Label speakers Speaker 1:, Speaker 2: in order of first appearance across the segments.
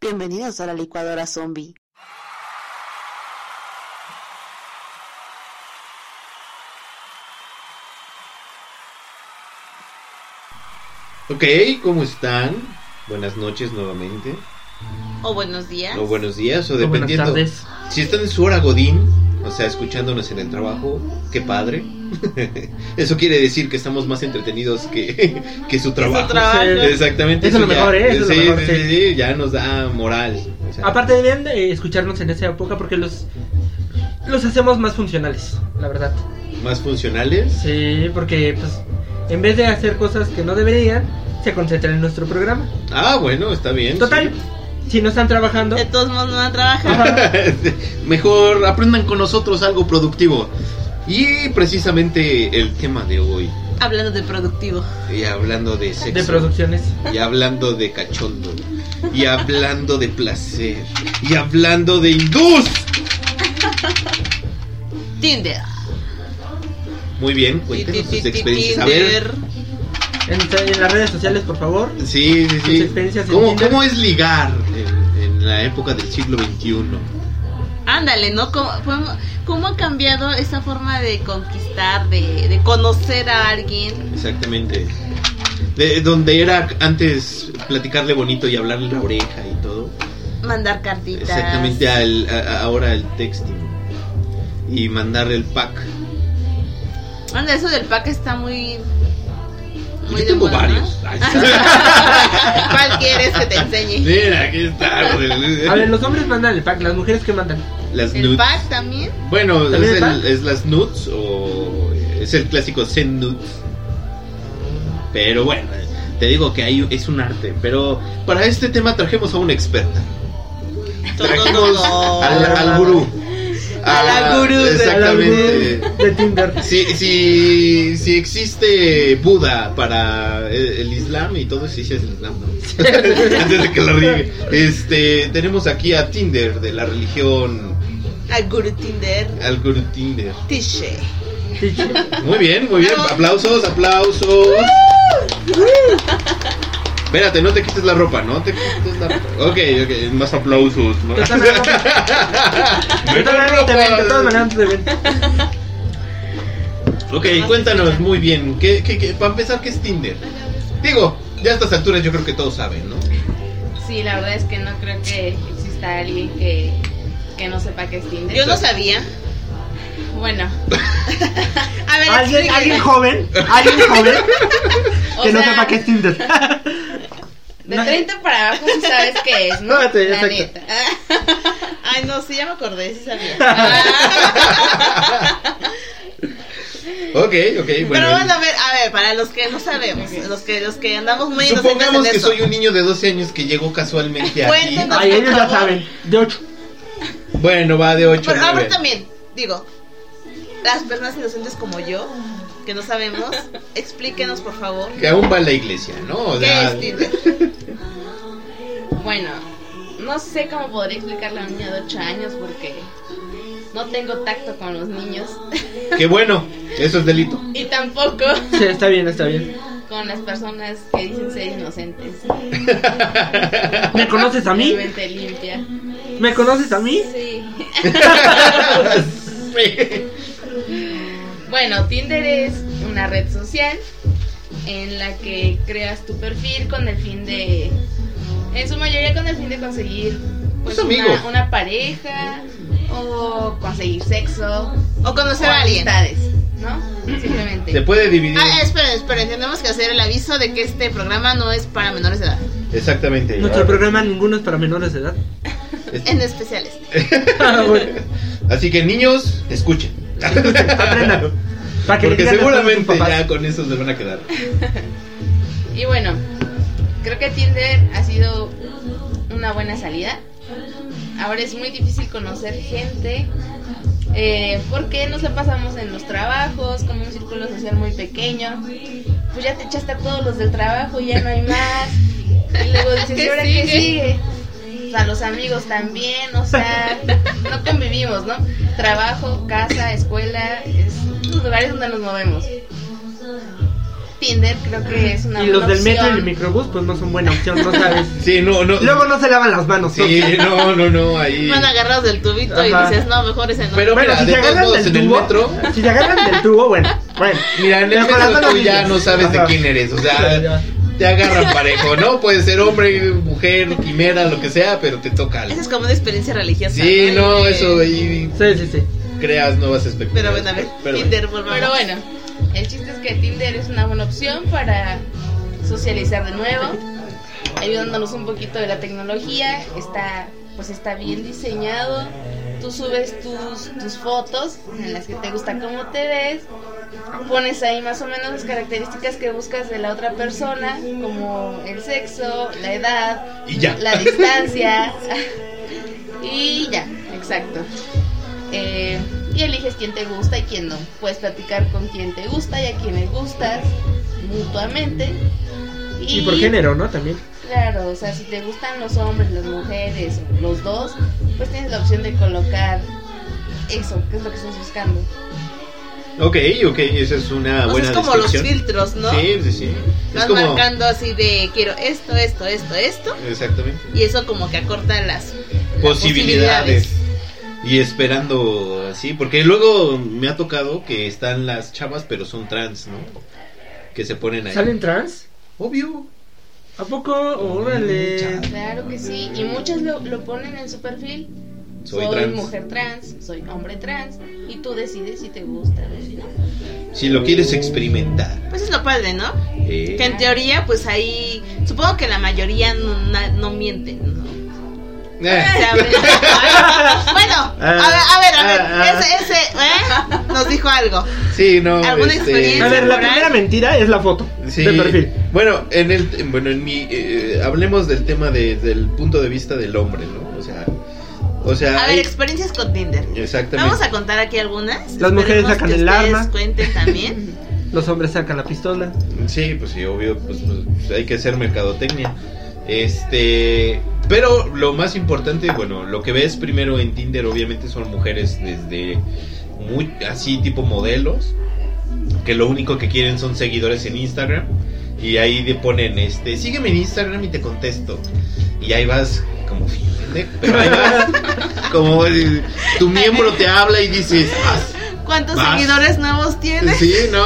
Speaker 1: Bienvenidos a la licuadora zombie.
Speaker 2: Ok, ¿cómo están? Buenas noches nuevamente.
Speaker 3: O Oh, buenos días.
Speaker 2: O Oh, buenos días, o
Speaker 4: O Oh, buenas
Speaker 2: dependiendo.
Speaker 4: tardes.
Speaker 2: Si están en su hora Godín, o sea, escuchándonos en el trabajo, qué padre. Eso quiere decir que estamos más entretenidos que, que su trabajo.
Speaker 3: trabajo.
Speaker 2: Exactamente.
Speaker 4: Eso es lo
Speaker 2: ya-
Speaker 4: mejor, ¿eh? Eso es lo
Speaker 2: sí,
Speaker 4: mejor,
Speaker 2: sí,
Speaker 4: sí.
Speaker 2: sí, ya nos da moral. o sea,
Speaker 4: Aparte deben de escucharnos en esa época porque los los hacemos más funcionales, la verdad.
Speaker 2: Más funcionales.
Speaker 4: Sí, porque pues en vez de hacer cosas que no deberían, se concentran en nuestro programa.
Speaker 2: Ah, bueno, está bien.
Speaker 4: Total,
Speaker 2: sí.
Speaker 4: si no están trabajando,
Speaker 3: De todos modos no van a trabajar.
Speaker 4: ajá,
Speaker 2: Mejor aprendan con nosotros algo productivo. Y precisamente el tema de hoy.
Speaker 3: Hablando de productivo.
Speaker 2: Y hablando de sexo.
Speaker 4: de producciones.
Speaker 2: Y hablando de cachondo. Y hablando de placer. Y hablando de hindús.
Speaker 3: Tinder.
Speaker 2: Muy bien, cuéntenos sus experiencias. A ver.
Speaker 4: En, en las redes sociales, por favor.
Speaker 2: Sí, sí,
Speaker 4: Sus
Speaker 2: sí.
Speaker 4: experiencias en
Speaker 2: ¿Cómo,
Speaker 4: Tinder.
Speaker 2: cómo es ligar en, en la época del siglo XXI?
Speaker 3: Ándale, ¿no? ¿Cómo, cómo- cómo ha cambiado esa forma de conquistar, de, de conocer a alguien?
Speaker 2: Exactamente. De, donde era antes platicarle bonito y hablarle la oreja y todo.
Speaker 3: Mandar cartitas.
Speaker 2: Exactamente, al- a- a- ahora el texting. Y mandar el pack.
Speaker 3: Anda, eso del pack está muy... muy
Speaker 2: Yo
Speaker 3: de
Speaker 2: tengo
Speaker 3: moda,
Speaker 2: varios.
Speaker 3: ¿no? Ah,
Speaker 2: Ay, sí.
Speaker 3: ¿Cuál quieres que te enseñe?
Speaker 2: Mira, aquí está.
Speaker 4: A ver, los hombres mandan el pack, las mujeres que mandan.
Speaker 2: Las
Speaker 3: ¿El
Speaker 2: nudes.
Speaker 3: pack también?
Speaker 2: Bueno,
Speaker 4: ¿También
Speaker 2: es,
Speaker 4: el
Speaker 2: el-
Speaker 4: pack?
Speaker 2: es las nudes o es el clásico send nudes. Pero bueno, te digo que ahí es un arte. Pero para este tema trajimos a una experta. Trajimos
Speaker 3: Oh,
Speaker 2: al, al gurú.
Speaker 3: A la
Speaker 2: Ah,
Speaker 3: gurú de-
Speaker 2: Exactamente.
Speaker 4: Al álbum De Tinder.
Speaker 2: Si, si, si existe Buda para el, el Islam y todo, si es el Islam, ¿no? Antes de que la riegue. Este, tenemos aquí a Tinder de la religión,
Speaker 3: Al gurú Tinder.
Speaker 2: al gurú Tinder.
Speaker 3: Tiche.
Speaker 4: Sí, sí.
Speaker 2: Muy bien, muy bien.
Speaker 3: Bravo.
Speaker 2: Aplausos, aplausos. Espérate, no te quites la ropa, no te quites la ropa. Ok, ok, más aplausos. ¿no?
Speaker 4: De todas maneras- de todas maneras te ven, de todas maneras te ven.
Speaker 2: Ok, cuéntanos muy bien. ¿qué, qué, qué- para empezar, ¿qué es Tinder? Digo, ya a estas alturas yo creo que todos saben, ¿no?
Speaker 5: Sí, la verdad es que no creo que exista alguien que, que no sepa qué es Tinder.
Speaker 3: Yo no sabía.
Speaker 5: Bueno,
Speaker 3: A ver,
Speaker 4: ¿Alguien,
Speaker 3: explíquenme.
Speaker 4: alguien joven, alguien joven
Speaker 5: o
Speaker 4: que no
Speaker 5: sea,
Speaker 4: sepa qué es Tinder.
Speaker 5: de
Speaker 4: No.
Speaker 5: 30 para abajo sí sabes qué es, ¿no?
Speaker 4: No, sí,
Speaker 5: la
Speaker 4: exacto.
Speaker 5: neta.
Speaker 3: Ay, no, sí, ya me acordé, sí sabía.
Speaker 2: Ok, ok, bueno.
Speaker 3: Pero bueno, a ver, a ver, para los que no sabemos, los que los que andamos muy inocentes en
Speaker 2: Supongamos que
Speaker 3: eso.
Speaker 2: soy un niño de 12 años que llegó casualmente aquí.
Speaker 3: Cuéntanos.
Speaker 4: Ay, ellos ya saben, de ocho.
Speaker 2: Bueno, va de 8
Speaker 3: Pero ahora también, digo, las personas inocentes como yo, que no sabemos, explíquenos por favor.
Speaker 2: Que aún va a la iglesia, ¿no? O
Speaker 3: ¿Qué
Speaker 2: sea,
Speaker 3: es Tinder?
Speaker 5: Bueno, no sé cómo podría explicarle a un niño de 8 años porque no tengo tacto con los niños
Speaker 2: Qué bueno, eso es delito.
Speaker 5: y tampoco
Speaker 4: Sí, está bien, está bien.
Speaker 5: con las personas que dicen ser inocentes.
Speaker 4: ¿Me conoces a mí?
Speaker 5: Realmente limpia.
Speaker 4: ¿Me conoces a mí?
Speaker 5: Sí.
Speaker 2: Sí.
Speaker 5: Bueno, Tinder es una red social en la que creas tu perfil con el fin de, en su mayoría con el fin de conseguir pues,
Speaker 2: Pues, amigos.
Speaker 5: una, una pareja o conseguir sexo
Speaker 3: O conocer
Speaker 5: o
Speaker 3: a alguien.
Speaker 5: amistades, ¿no? Simplemente.
Speaker 2: Se puede dividir.
Speaker 3: Ah, esperen, esperen, tenemos que hacer el aviso de que este programa no es para menores de edad,
Speaker 2: Exactamente.
Speaker 4: Nuestro programa ninguno es para menores de edad. Ah,
Speaker 3: en especial este.
Speaker 2: Así que niños, escuchen.
Speaker 4: Aprendan. Para que
Speaker 2: Porque
Speaker 4: le digan a todos sus
Speaker 2: seguramente
Speaker 4: papás.
Speaker 2: ya con eso se van a quedar.
Speaker 5: Y bueno, creo que Tinder ha sido una buena salida. Ahora es muy difícil conocer gente eh, porque nos la pasamos en los trabajos, como un círculo social muy pequeño. Pues ya te echaste a todos los del trabajo, ya no hay más. Y luego dices,
Speaker 3: ¿Qué
Speaker 5: ¿y ahora qué
Speaker 3: sigue?
Speaker 5: sigue? A los amigos también, o sea, no vivimos, ¿no? Trabajo, casa, escuela, es los lugares donde nos movemos. Tinder creo que es una
Speaker 4: Y los
Speaker 5: buena
Speaker 4: del metro y
Speaker 5: opción.
Speaker 4: el microbús, pues no son buena opción, no sabes.
Speaker 2: Sí, no, no.
Speaker 4: Luego no se lavan las manos. ¿no?
Speaker 2: Sí, no, no, no, ahí.
Speaker 3: Van agarrados del tubito y
Speaker 4: Ajá.
Speaker 3: dices, no, mejor ese no.
Speaker 2: Pero-
Speaker 4: Bueno,
Speaker 2: Mira,
Speaker 4: si
Speaker 2: de
Speaker 4: se
Speaker 2: todos
Speaker 4: agarran
Speaker 2: modos,
Speaker 4: del
Speaker 2: en el
Speaker 4: tubo,
Speaker 2: metro-
Speaker 4: si se agarran del tubo, bueno, bueno.
Speaker 2: Mira, en el
Speaker 4: Pero con las
Speaker 2: metro
Speaker 4: manos
Speaker 2: tú ya
Speaker 4: limpias.
Speaker 2: no sabes de
Speaker 4: Ajá.
Speaker 2: quién eres, o sea,
Speaker 4: Ya.
Speaker 2: te agarran parejo, ¿no? Puede ser hombre, mujer, quimera, lo que sea, pero te toca
Speaker 3: Esa
Speaker 2: algo.
Speaker 3: es como una experiencia religiosa.
Speaker 2: Sí, no,
Speaker 3: Y, eh,
Speaker 2: eso ahí
Speaker 4: Sí, sí, sí.
Speaker 2: creas nuevas expectativas.
Speaker 3: Pero bueno, a ver,
Speaker 2: Pero bueno.
Speaker 3: Tinder, volvamos.
Speaker 5: Pero bueno, el chiste es que Tinder es una buena opción para socializar de nuevo, ayudándonos un poquito de la tecnología, está pues está bien diseñado. Tú subes tus, tus fotos en las que te gusta cómo te ves, pones ahí más o menos las características que buscas de la otra persona, como el sexo, la edad,
Speaker 2: Y ya.
Speaker 5: la distancia. y ya, exacto. Eh, y eliges quién te gusta y quién no. Puedes platicar con quien te gusta y a quien le gustas mutuamente.
Speaker 4: Y por género, ¿no? También.
Speaker 5: Claro, o sea, si te gustan los hombres, las mujeres, o los dos, pues tienes la opción de colocar eso, que es lo que estás buscando.
Speaker 2: Ok, ok, esa es una
Speaker 3: O sea,
Speaker 2: Ah, buena
Speaker 3: es como los
Speaker 2: descripción.
Speaker 3: filtros, ¿no?
Speaker 2: Sí, sí, sí. Es
Speaker 3: Vas
Speaker 2: como.
Speaker 3: marcando así de quiero esto, esto, esto, esto.
Speaker 2: Exactamente.
Speaker 3: Y eso como que acorta las las
Speaker 2: posibilidades. Y esperando así, porque luego me ha tocado que están las chavas, pero son trans, ¿no? Que se ponen ahí.
Speaker 4: ¿Salen trans?
Speaker 2: Obvio.
Speaker 4: ¿A poco? Órale.
Speaker 2: Chale.
Speaker 5: Claro que sí, y muchas lo, lo ponen en su perfil.
Speaker 2: Soy trans.
Speaker 5: mujer trans, soy hombre trans, y tú decides si te gusta o si no.
Speaker 2: Si lo quieres experimentar.
Speaker 3: Pues es lo padre, ¿no?
Speaker 2: eh,
Speaker 3: Que en teoría, pues ahí, supongo que la mayoría no, na- no mienten, ¿no?
Speaker 2: eh,
Speaker 3: O sea, a ver- bueno, a ver, a ver, a
Speaker 4: Ah, ah.
Speaker 3: ver, ese, ese, ¿eh? Nos dijo algo.
Speaker 2: Sí, no.
Speaker 3: ¿Alguna
Speaker 2: este,
Speaker 4: A
Speaker 3: experiencia?
Speaker 4: ver, la primera mentira es la foto
Speaker 2: Sí.
Speaker 4: de perfil.
Speaker 2: Bueno, en el bueno, en mi eh, hablemos del tema de- del punto de vista del hombre, ¿no? O sea, o sea,
Speaker 3: A
Speaker 2: hay-
Speaker 3: ver, experiencias con Tinder.
Speaker 2: exactamente.
Speaker 3: Vamos a contar aquí algunas.
Speaker 4: Las mujeres
Speaker 3: Esperemos
Speaker 4: sacan
Speaker 3: que
Speaker 4: el
Speaker 3: ustedes
Speaker 4: arma.
Speaker 3: cuenten también.
Speaker 4: Los hombres sacan la pistola.
Speaker 2: Sí, pues sí, obvio, pues, pues, hay que hacer mercadotecnia. Este, pero lo más importante, bueno, lo que ves primero en Tinder obviamente son mujeres desde muy así tipo modelos que lo único que quieren son seguidores en Instagram y ahí le ponen este, sígueme en Instagram y te contesto. Y ahí vas como pendejo, pero ahí vas como el- tu miembro te habla y dices, "Vas".
Speaker 3: ¿Cuántos
Speaker 2: Vas.
Speaker 3: seguidores nuevos tienes?
Speaker 2: sí, no.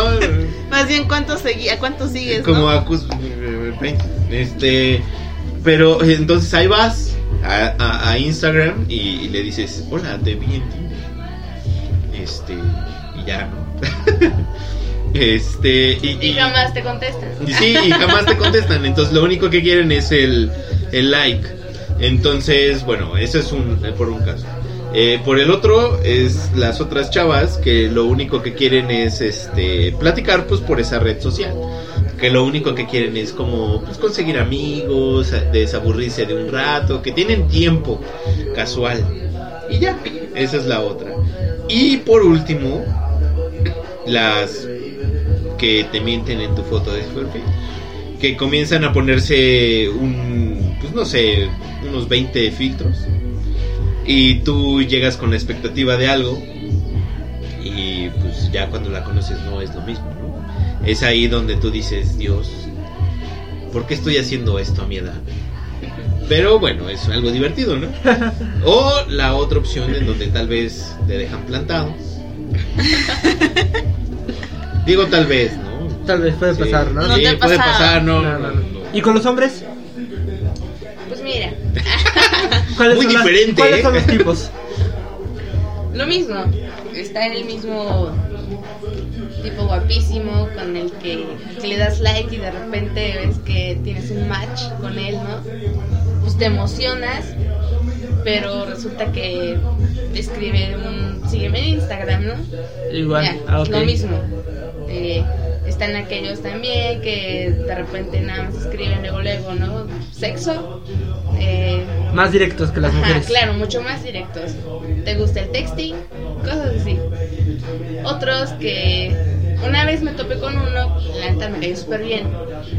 Speaker 3: Más bien, ¿cuántos segui ¿a cuántos sigues?
Speaker 2: como
Speaker 3: no?
Speaker 2: acus- eh, 20. Este, pero entonces ahí vas a, a- a Instagram y, y le dices, hola, te vi en Tinder". Este, y ya, ¿no? este, y,
Speaker 5: Y
Speaker 2: y-
Speaker 5: jamás te contestan.
Speaker 2: y sí, y jamás te contestan. Entonces lo único que quieren es el, el like. Entonces, bueno, ese es un, eh, por un caso. Eh, por el otro es las otras chavas que lo único que quieren es este platicar pues por esa red social que lo único que quieren es como pues, conseguir amigos a- desaburrirse de un rato que tienen tiempo casual y ya esa es la otra y por último las que te mienten en tu foto de perfil. Que comienzan a ponerse un, pues no sé, unos 20 filtros. Y tú llegas con la expectativa de algo. Y pues ya cuando la conoces no es lo mismo, ¿no? Es ahí donde tú dices, Dios, ¿por qué estoy haciendo esto a mi edad? Pero bueno, es algo divertido, ¿no? O la otra opción en donde tal vez te dejan plantado. Digo tal vez, ¿no?
Speaker 4: Tal vez puede pasar, ¿no?
Speaker 3: No
Speaker 2: Sí,
Speaker 3: te ha
Speaker 2: puede
Speaker 3: pasado.
Speaker 2: pasar, no.
Speaker 4: No, no,
Speaker 2: no,
Speaker 4: no.
Speaker 2: no.
Speaker 4: ¿Y con los hombres?
Speaker 5: Pues mira,
Speaker 4: ¿Cuáles
Speaker 2: Muy
Speaker 4: son las-
Speaker 2: diferente,
Speaker 4: ¿Cuáles
Speaker 2: ¿eh?
Speaker 4: son los tipos?
Speaker 5: lo mismo, está en el mismo tipo guapísimo con el que, que le das like y de repente ves que tienes un match con él, ¿no? Pues te emocionas, pero resulta que te escribe un sígueme en Instagram, ¿no?
Speaker 4: Igual.
Speaker 5: Ya,
Speaker 4: ah, ok.
Speaker 5: Lo mismo. Eh, están aquellos también que de repente nada más escriben luego, luego, ¿no? Sexo. Eh,
Speaker 4: Más directos que las
Speaker 5: ajá,
Speaker 4: mujeres.
Speaker 5: claro, mucho más directos. ¿Te gusta el texting? Cosas así. Otros que una vez me topé con uno, la neta me cayó súper bien.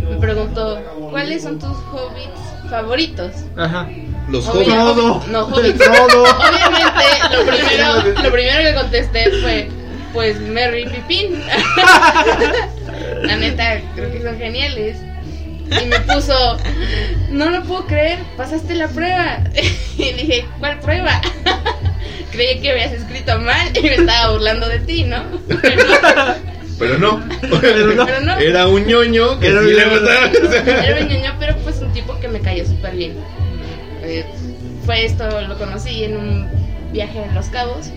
Speaker 5: Me preguntó, ¿cuáles son tus hobbits favoritos?
Speaker 4: Ajá.
Speaker 2: Los
Speaker 5: Obvio.
Speaker 2: jóvenes.
Speaker 4: Todo.
Speaker 5: No, hobbits.
Speaker 4: Todo.
Speaker 5: Obviamente, lo primero contesté fue, pues Merry Pipín. La neta, creo que son geniales. Y me puso, no lo puedo creer, pasaste la prueba. Y dije, ¿cuál prueba? Creí que habías escrito mal y me estaba burlando de ti, ¿no?
Speaker 2: Pero no.
Speaker 4: no.
Speaker 5: Pero no.
Speaker 2: Era un ñoño que
Speaker 4: Era
Speaker 2: sí
Speaker 4: un
Speaker 2: le
Speaker 4: ñoño.
Speaker 2: gustaba.
Speaker 5: Era un ñoño, pero pues un tipo que me cayó súper bien. Eh, fue esto, lo conocí en un viaje en Los Cabos,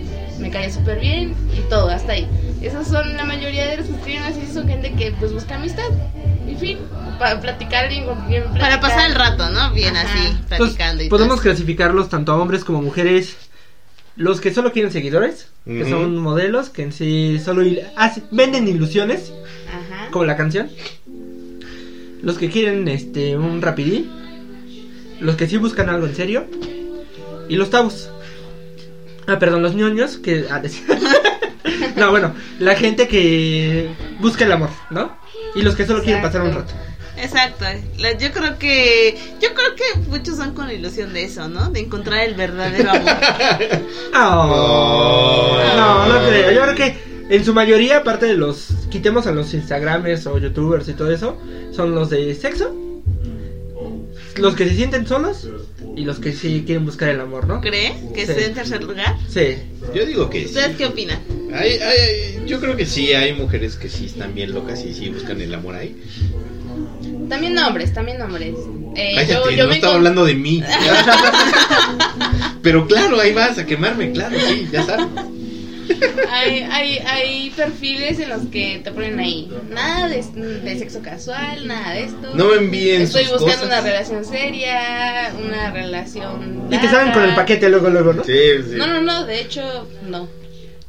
Speaker 5: me cayó súper bien y todo, hasta ahí. Esas son la mayoría de los que escriben así, son gente que pues busca amistad, en fin, para platicar bien con quien
Speaker 3: Para
Speaker 5: platicar.
Speaker 3: pasar el rato, ¿no? Bien
Speaker 5: Ajá.
Speaker 3: así,
Speaker 4: Entonces,
Speaker 3: platicando y
Speaker 4: podemos
Speaker 3: todo.
Speaker 4: clasificarlos tanto a hombres como mujeres. Los que solo quieren seguidores, que
Speaker 2: Ujú.
Speaker 4: son modelos, que en sí solo il- hacen- venden ilusiones,
Speaker 5: Ajá.
Speaker 4: como la canción. Los que quieren este un rapidí. Los que sí buscan algo en serio. Y los tabus. Ah, perdón, los ñoños que... ah, des- no, bueno, la gente que busca el amor, ¿no? Y los que solo quieren pasar un rato.
Speaker 5: Exacto.
Speaker 3: Exacto. La- Yo creo que yo creo que muchos son con la ilusión de eso, ¿no? De encontrar el verdadero amor.
Speaker 4: Oh.
Speaker 2: Oh.
Speaker 4: No, no creo. Yo creo que en su mayoría, aparte de los, quitemos a los Instagramers o YouTubers y todo eso, son los de sexo. Los que se sienten solos y los que sí quieren buscar el amor, ¿no?
Speaker 3: ¿Cree que
Speaker 4: Sí.
Speaker 3: esté en tercer lugar?
Speaker 4: Sí.
Speaker 2: Yo digo que sí.
Speaker 3: ¿Ustedes qué opinan?
Speaker 2: Hay- hay- yo creo que sí, hay mujeres que sí están bien locas y sí buscan el amor ahí.
Speaker 5: También hombres, también hombres. Eh,
Speaker 2: Cállate,
Speaker 5: yo, yo
Speaker 2: no
Speaker 5: me
Speaker 2: estaba
Speaker 5: encon-
Speaker 2: hablando de mí. Pero claro, ahí vas a quemarme, claro, sí, ya sabes.
Speaker 5: hay, hay, hay perfiles en los que te ponen ahí. Nada de, de sexo casual, nada de esto.
Speaker 2: No me envíen
Speaker 5: Estoy
Speaker 2: sus
Speaker 5: buscando
Speaker 2: cosas.
Speaker 5: una relación seria, una relación.
Speaker 4: Y te
Speaker 5: larga.
Speaker 4: salen con el paquete luego, luego, ¿no?
Speaker 2: Sí, sí.
Speaker 5: No, no, no, de hecho, no.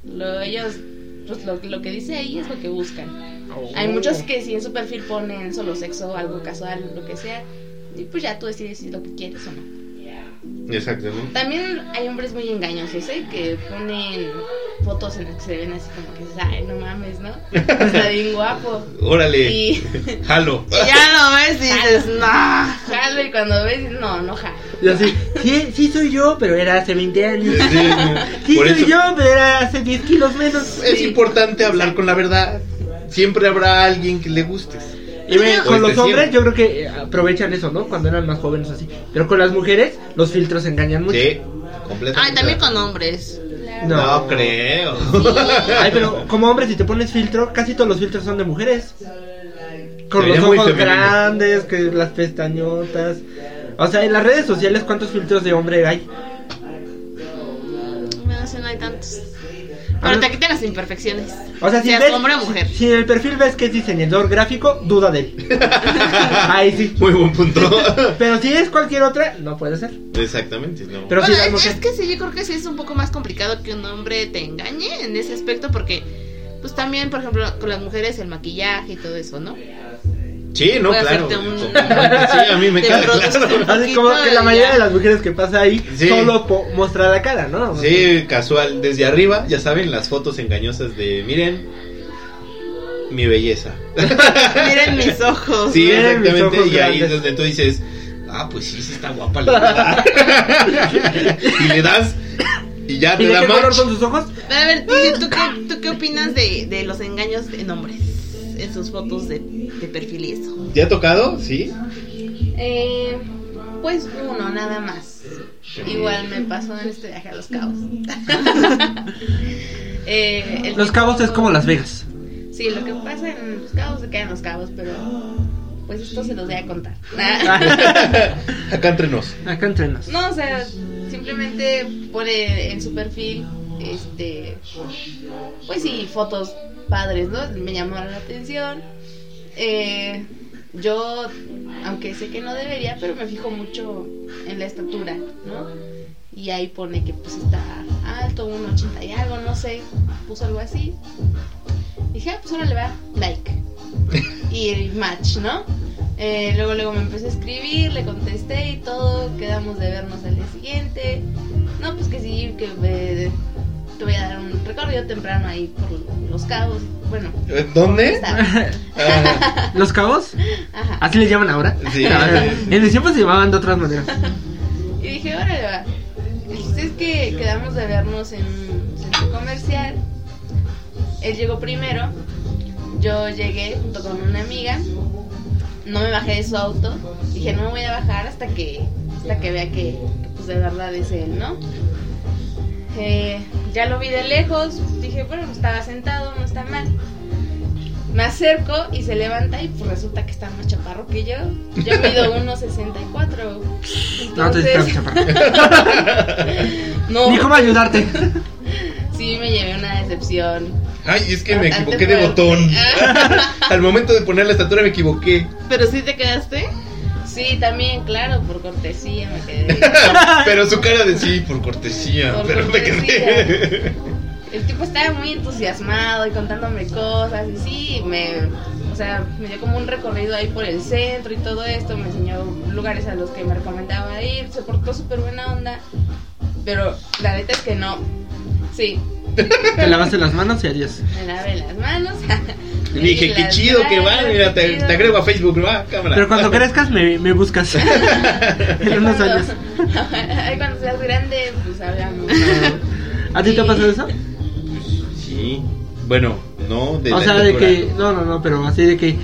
Speaker 5: Lo, ellos, pues lo, lo que dice ahí es lo que buscan. Hay
Speaker 4: Oh.
Speaker 5: muchos que si en su perfil ponen solo sexo, algo casual, lo que sea. Y pues ya tú decides si es lo que quieres o no.
Speaker 2: Exacto, ¿no?
Speaker 5: También hay hombres muy engañosos, ¿eh? Que ponen fotos en las que se ven así como que, ay, no mames, ¿no? Está bien guapo.
Speaker 2: Órale.
Speaker 5: Y
Speaker 2: Jalo.
Speaker 3: Y ya lo ves y dices, no.
Speaker 5: jalo y cuando ves, no, no jalo.
Speaker 4: Y así, sí, sí soy yo, pero era hace 20 años.
Speaker 2: Sí,
Speaker 4: Sí soy yo, pero era hace 10 kilos menos.
Speaker 2: es
Speaker 5: Sí.
Speaker 2: importante hablar con la verdad. Siempre habrá alguien que le gustes.
Speaker 4: Y ve,
Speaker 2: Pues
Speaker 4: con los
Speaker 2: te
Speaker 4: hombres
Speaker 2: sirve.
Speaker 4: yo creo que eh, aprovechan eso, ¿no? Cuando eran más jóvenes así. Pero con las mujeres los filtros engañan mucho. Ah,
Speaker 2: Sí, completamente.
Speaker 3: Ay, también con hombres.
Speaker 4: No.
Speaker 2: No, creo.
Speaker 4: Ay, pero como hombre si te pones filtro, casi todos los filtros son de mujeres. Con
Speaker 2: Se
Speaker 4: los
Speaker 2: veía muy
Speaker 4: ojos
Speaker 2: femenino.
Speaker 4: grandes, que las pestañotas. O sea, en las redes sociales cuántos filtros de hombre hay.
Speaker 3: No sé, no hay tantos.
Speaker 4: A
Speaker 3: Pero
Speaker 4: ver.
Speaker 3: te quitan las imperfecciones.
Speaker 4: O sea, si
Speaker 3: Seas
Speaker 4: ves,
Speaker 3: hombre o mujer.
Speaker 4: si en el perfil ves que es diseñador gráfico, duda de él. Ahí sí.
Speaker 2: Muy buen punto.
Speaker 4: Pero si es cualquier otra, no puede ser.
Speaker 2: Exactamente, no.
Speaker 4: Pero sí,
Speaker 3: Bueno,
Speaker 4: las
Speaker 3: es,
Speaker 4: mujeres-
Speaker 3: es que sí, yo creo que sí es un poco más complicado que un hombre te engañe en ese aspecto porque, pues también, por ejemplo, con las mujeres el maquillaje y todo eso, ¿no?
Speaker 2: sí, no,
Speaker 3: voy a
Speaker 2: claro.
Speaker 3: hacerte un-
Speaker 2: completamente, Sí, a mí me
Speaker 3: Te
Speaker 2: queda
Speaker 3: produce.
Speaker 2: claro.
Speaker 4: Así como que la mayoría de las mujeres que pasa ahí
Speaker 2: Sí.
Speaker 4: solo po- muestra la cara, ¿no?
Speaker 2: Sí, casual. Desde arriba, ya saben, las fotos engañosas de, miren, mi belleza.
Speaker 3: Miren mis ojos.
Speaker 2: Sí,
Speaker 4: Miren, mis
Speaker 2: exactamente.
Speaker 4: ojos
Speaker 2: Y ahí es
Speaker 4: grandes.
Speaker 2: donde tú dices, ah, pues sí, sí está guapa la verdad". Y le das y ya
Speaker 4: ¿Y
Speaker 2: te
Speaker 4: de
Speaker 2: da
Speaker 4: qué color
Speaker 2: match.
Speaker 4: son sus ojos?
Speaker 3: Pero a ver, Titi, ¿tú qué, tú qué opinas de, de los engaños en hombres? En sus fotos de, de perfil y eso.
Speaker 2: ¿Te ha tocado? Sí.
Speaker 5: Eh, pues uno, nada más. Igual me pasó en este viaje a Los Cabos. Eh, el
Speaker 4: Los
Speaker 5: tipo-
Speaker 4: cabos es como Las Vegas.
Speaker 5: Sí, lo que pasa en Los Cabos se queda en Los Cabos, pero pues esto se los voy a contar.
Speaker 2: Acá entre nos.
Speaker 4: Acá entrenas.
Speaker 5: No, o sea, simplemente pone en su perfil, este, pues sí, fotos padres, ¿no? Me llamaron la atención. Eh, yo, aunque sé que no debería, pero me fijo mucho en la estatura, ¿no? Y ahí pone que pues está alto, 1,80 y algo, no sé, puso algo así. Dije, ah, pues ahora le va like. Y el match, ¿no? Eh, luego, luego me empecé a escribir, le contesté y todo, quedamos de vernos al día siguiente. No, pues que sí, que me- te voy a dar un recorrido temprano ahí por los cabos. Bueno,
Speaker 2: Eh, ¿Dónde?
Speaker 5: está.
Speaker 2: Ah,
Speaker 4: ¿Los cabos?
Speaker 5: Ajá.
Speaker 4: Así les llaman ahora.
Speaker 2: Sí.
Speaker 4: Ahora, En el tiempo se llamaban de otras maneras.
Speaker 5: Y dije, órale, va. El chiste es que quedamos de vernos en un centro comercial. Él llegó primero. Yo llegué junto con una amiga. No me bajé de su auto. Dije, no me voy a bajar hasta que, hasta que vea que, pues, de verdad es él, ¿no? Eh, ya lo vi de lejos. Dije, bueno, estaba sentado, no está mal. Me acerco y se levanta y pues resulta que está más chaparro que yo. Yo mido 1.64.
Speaker 4: No te
Speaker 5: Entonces-
Speaker 4: distraigas, chaparro.
Speaker 5: no,
Speaker 4: Ni cómo ayudarte.
Speaker 5: sí me llevé una decepción.
Speaker 2: Ay, es que me
Speaker 5: Bastante
Speaker 2: equivoqué de
Speaker 5: fuerte. Ah,
Speaker 2: botón. Al momento de poner la estatura me equivoqué.
Speaker 3: Pero sí te quedaste.
Speaker 5: Sí, también, claro, por cortesía me quedé.
Speaker 2: Pero su cara de sí, por cortesía.
Speaker 5: Por
Speaker 2: pero me quedé.
Speaker 5: El tipo estaba muy entusiasmado y contándome cosas y sí, me, o sea, me dio como un recorrido ahí por el centro y todo esto, me enseñó lugares a los que me recomendaba ir, se portó súper buena onda, pero la neta es que no. Sí,
Speaker 4: Te lavaste las manos y adiós.
Speaker 5: me lavé las manos. me
Speaker 2: Dije,
Speaker 5: di
Speaker 2: qué
Speaker 5: las
Speaker 2: chido que va.
Speaker 5: manos,
Speaker 2: Mira, te,
Speaker 5: qué chido".
Speaker 2: te agrego a Facebook, va, cámara.
Speaker 4: Pero cuando crezcas me, me buscas. en unos
Speaker 5: Cuando-
Speaker 4: años.
Speaker 5: Ay, cuando seas grande, pues hablamos.
Speaker 4: Ah. ¿A ti te ha pasado eso?
Speaker 2: Sí. Bueno, no de
Speaker 4: o
Speaker 2: la
Speaker 4: sea, de
Speaker 2: estatura.
Speaker 4: que... No, no, no, pero así de que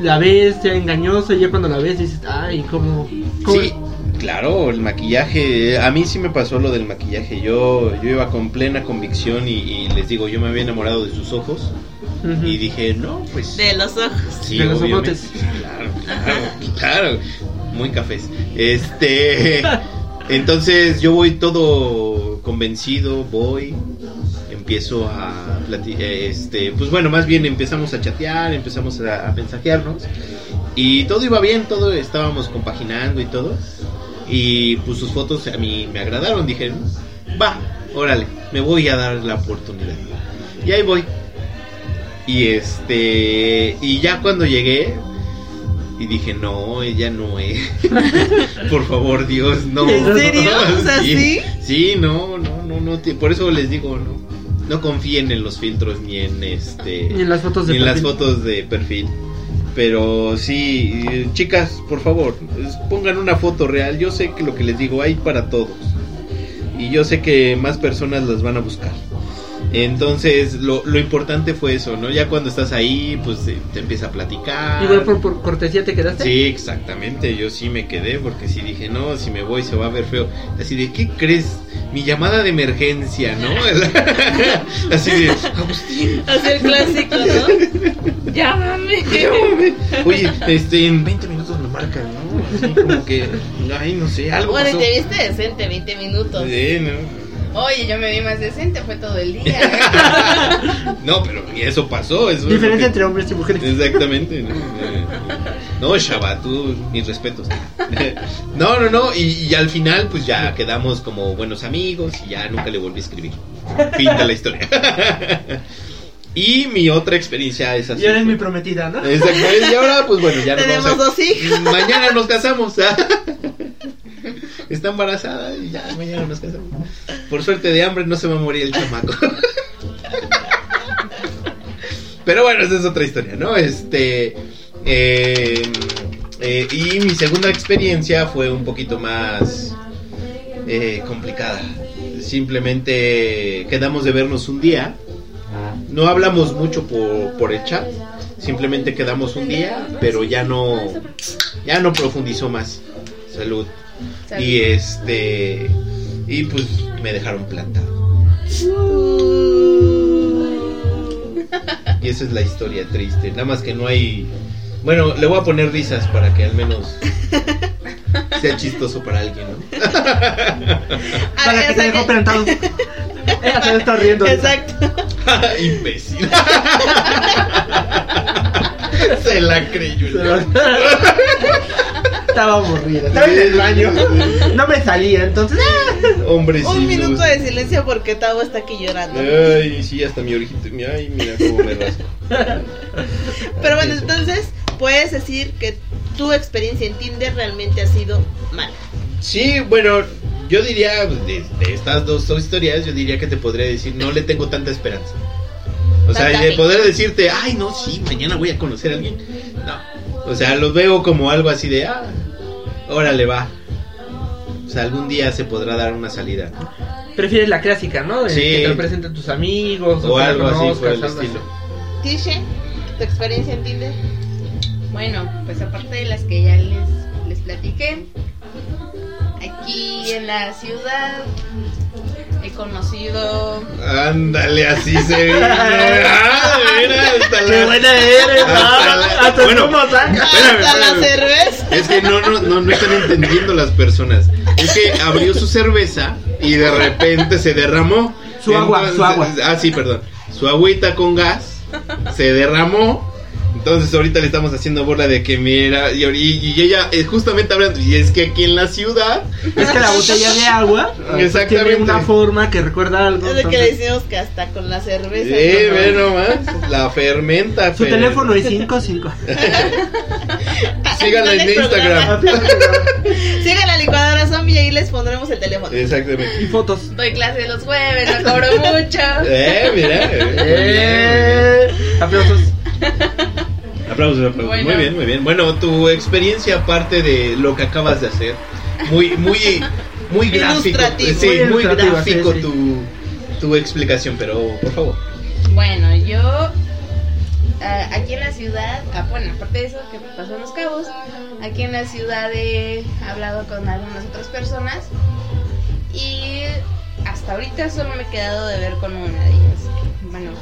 Speaker 4: la ves, sea engañoso y ya cuando la ves dices, ay, ¿cómo? cómo-
Speaker 2: Sí, claro, el maquillaje. A mí sí me pasó lo del maquillaje. Yo, yo iba con plena convicción y, y les digo, yo me había enamorado de sus ojos.
Speaker 4: Ujú.
Speaker 2: Y dije, no, pues.
Speaker 3: De los ojos.
Speaker 2: sí,
Speaker 4: de los
Speaker 2: obviamente.
Speaker 4: ojotes.
Speaker 2: Claro, claro, claro. Muy cafés. Este. Entonces yo voy todo convencido, voy, empiezo a plati- eh, este, pues bueno, más bien empezamos a chatear, empezamos a, a mensajearnos y todo iba bien, todo estábamos compaginando y todo y pues sus fotos a mí me agradaron, dije, va, órale, me voy a dar la oportunidad y ahí voy y este y ya cuando llegué y dije no, ella no es, por favor Dios, no.
Speaker 3: ¿En serio? O sea, ¿sí?
Speaker 2: Sí, no, no, no, no. te- Por eso les digo, no. No confíen en los filtros ni en este.
Speaker 4: Ni en las fotos de
Speaker 2: ni en las
Speaker 4: perfil.
Speaker 2: fotos de perfil. Pero sí, eh, chicas, por favor, es- pongan una foto real. Yo sé que lo que les digo hay para todos. Y yo sé que más personas las van a buscar. Entonces, lo, lo importante fue eso, ¿no? Ya cuando estás ahí, pues eh, te empieza a platicar.
Speaker 4: Igual por, por cortesía te quedaste.
Speaker 2: Sí, exactamente, yo sí me quedé porque sí dije, no, si me voy se va a ver feo. Así de, ¿qué crees? Mi llamada de emergencia, ¿no? Así de, "Ah, pues, Agustín,
Speaker 3: Así el clásico, ¿no? Llámame.
Speaker 2: llámame. Oye, este, en 20 minutos me marcan, ¿no? Así como que, ay, no sé, algo
Speaker 3: Bueno,
Speaker 2: pasó.
Speaker 3: y te viste decente 20 minutos.
Speaker 2: Sí, ¿no?
Speaker 5: Oye, yo me vi más decente, fue todo el día.
Speaker 2: No, pero eso pasó. Eso es lo
Speaker 4: Diferencia
Speaker 2: que-
Speaker 4: entre hombres y mujeres.
Speaker 2: Exactamente. ¿no? Eh, No, Shabba, tú, mis respetos. No, no, no. Y, y al final, pues ya quedamos como buenos amigos y ya nunca le volví a escribir. Fin de la historia. Y mi otra experiencia es así.
Speaker 4: Y eres mi
Speaker 2: pues.
Speaker 4: prometida, ¿no?
Speaker 2: Exactamente. Y ahora, pues bueno, ya nos
Speaker 3: Tenemos
Speaker 2: vamos a-
Speaker 3: dos hijos.
Speaker 2: Mañana nos casamos. ¿ah? Está embarazada y ya, mañana nos casamos. Por suerte de hambre no se va a morir el chamaco. Pero bueno, esa es otra historia, ¿no? Este. eh, eh, y mi segunda experiencia fue un poquito más eh, complicada. Simplemente quedamos de vernos un día. No hablamos mucho por, por el chat. Simplemente quedamos un día, pero ya no, ya no profundizó más. Salud. Y eh. este. Y pues me dejaron plantado. Y esa es la historia triste. Nada más que no hay. Bueno, le voy a poner risas para que al menos sea chistoso para alguien, ¿no?
Speaker 3: A
Speaker 4: Para que te
Speaker 3: ver, Ah, o sea
Speaker 4: dejó
Speaker 3: que-
Speaker 4: plantado. Ella se está riendo. ahorita.
Speaker 3: Exacto.
Speaker 2: Imbécil. Se la creyó.
Speaker 4: Se lo- Estaba aburrida. Estaba en el baño. No me salía, entonces. ¡ah!
Speaker 2: Hombre sin
Speaker 3: Un minuto
Speaker 2: luz.
Speaker 3: de silencio porque Tavo está aquí llorando.
Speaker 2: Ay, sí, hasta mi orejito. mi- Ay, mira cómo me rasco.
Speaker 3: Pero bueno, entonces puedes decir que tu experiencia en Tinder realmente ha sido mala.
Speaker 2: Sí, bueno, yo diría, pues, de, de estas dos historias, yo diría que te podría decir, no le tengo tanta esperanza. O sea,
Speaker 3: Tanta
Speaker 2: de
Speaker 3: fe.
Speaker 2: poder decirte, ay, no, sí, mañana voy a conocer a alguien. No. O sea, los veo como algo así de, ah, órale, va. O sea, algún día se podrá dar una salida. ¿no?
Speaker 4: Prefieres la clásica, ¿no? De
Speaker 2: Sí.
Speaker 4: Que te lo presenten tus amigos
Speaker 2: O
Speaker 4: que lo
Speaker 2: algo así por el
Speaker 4: conozcas, algo
Speaker 2: estilo.
Speaker 3: Tishe, tu experiencia en Tinder.
Speaker 5: Bueno, pues aparte de las que ya les, les platiqué, aquí en la ciudad he conocido...
Speaker 2: Ándale, así se vino. Ah, mira, hasta
Speaker 4: ¡Qué
Speaker 2: la.
Speaker 4: buena eres!
Speaker 2: Hasta
Speaker 4: ah!
Speaker 2: la-
Speaker 4: ¡Hasta el
Speaker 2: bueno.
Speaker 4: humo saca!
Speaker 2: Espérame,
Speaker 3: Hasta la
Speaker 2: espérame.
Speaker 3: cerveza.
Speaker 2: Es que no, no, no, no están entendiendo las personas. Es que abrió su cerveza y de repente se derramó.
Speaker 4: Su agua, su agua.
Speaker 2: Ah, sí, perdón. Su agüita con gas se derramó. Entonces ahorita le estamos haciendo bola de que mira, y, y- y ella eh, justamente hablando, y es que aquí en la ciudad,
Speaker 4: Es que la botella de agua ah,
Speaker 2: Exactamente.
Speaker 4: tiene una forma que recuerda algo.
Speaker 3: Es de que
Speaker 4: entonces-
Speaker 3: le decimos que hasta con la cerveza.
Speaker 2: eh,
Speaker 3: ¿no?
Speaker 2: ve nomás, la fermenta.
Speaker 4: Su
Speaker 2: fe-
Speaker 4: teléfono es 55.
Speaker 2: Síganla en Instagram.
Speaker 3: Sigan la licuadora zombie y ahí les pondremos el teléfono.
Speaker 2: Exactamente.
Speaker 4: y fotos.
Speaker 5: Doy clase los jueves, no cobro mucho.
Speaker 2: Eh, mira. eh,
Speaker 4: Eh, aplausos.
Speaker 2: muy bien. Aplausos, aplausos.
Speaker 5: Bueno.
Speaker 2: Muy bien, muy bien. Bueno, tu experiencia aparte de lo que acabas de hacer. Muy, muy, muy gráfico.
Speaker 3: Ilustrativo.
Speaker 2: Sí,
Speaker 4: Muy
Speaker 2: muy
Speaker 4: ilustrativo,
Speaker 2: gráfico
Speaker 4: sí, sí.
Speaker 2: tu, tu explicación, pero por favor.
Speaker 5: Bueno, yo ah, aquí en la ciudad, ah, bueno, aparte de eso que pasó en Los Cabos, aquí en la ciudad he hablado con algunas otras personas y hasta ahorita solo me he quedado de ver con una de ellas. Bueno,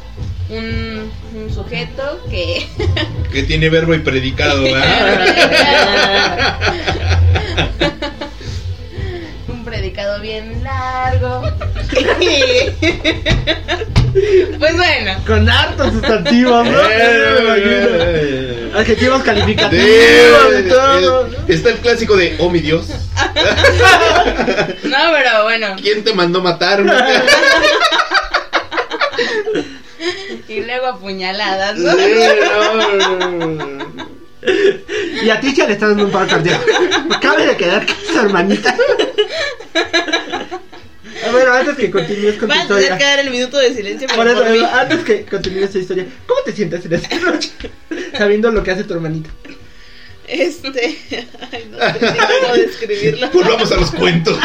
Speaker 5: un, un sujeto que...
Speaker 2: Que tiene verbo y predicado, ¿eh? ¿verdad?
Speaker 5: un predicado bien largo. pues bueno.
Speaker 4: Con hartos sustantivos, ¿no?
Speaker 2: Eh,
Speaker 4: Adjetivos
Speaker 2: Sí,
Speaker 4: calificativos y todo.
Speaker 2: el- está el clásico de, oh mi Dios,
Speaker 5: No, pero bueno.
Speaker 2: ¿quién te mandó matar?
Speaker 5: Y luego apuñaladas, ¿no?
Speaker 2: Sí,
Speaker 4: Y a Ticha le está dando un paro cardíaco. Cabe de quedar con su hermanita. Ah, Bueno, antes que continúes con tu
Speaker 3: Va a tener que
Speaker 4: historia.
Speaker 3: dar el minuto de silencio por,
Speaker 4: Por eso,
Speaker 3: por mí.
Speaker 4: antes que continúes tu historia, ¿cómo te sientes en esta noche? Sabiendo lo que hace tu hermanita.
Speaker 3: Este. Ay, no sé ni cómo describirlo.
Speaker 2: no. Volvamos Pues a los cuentos.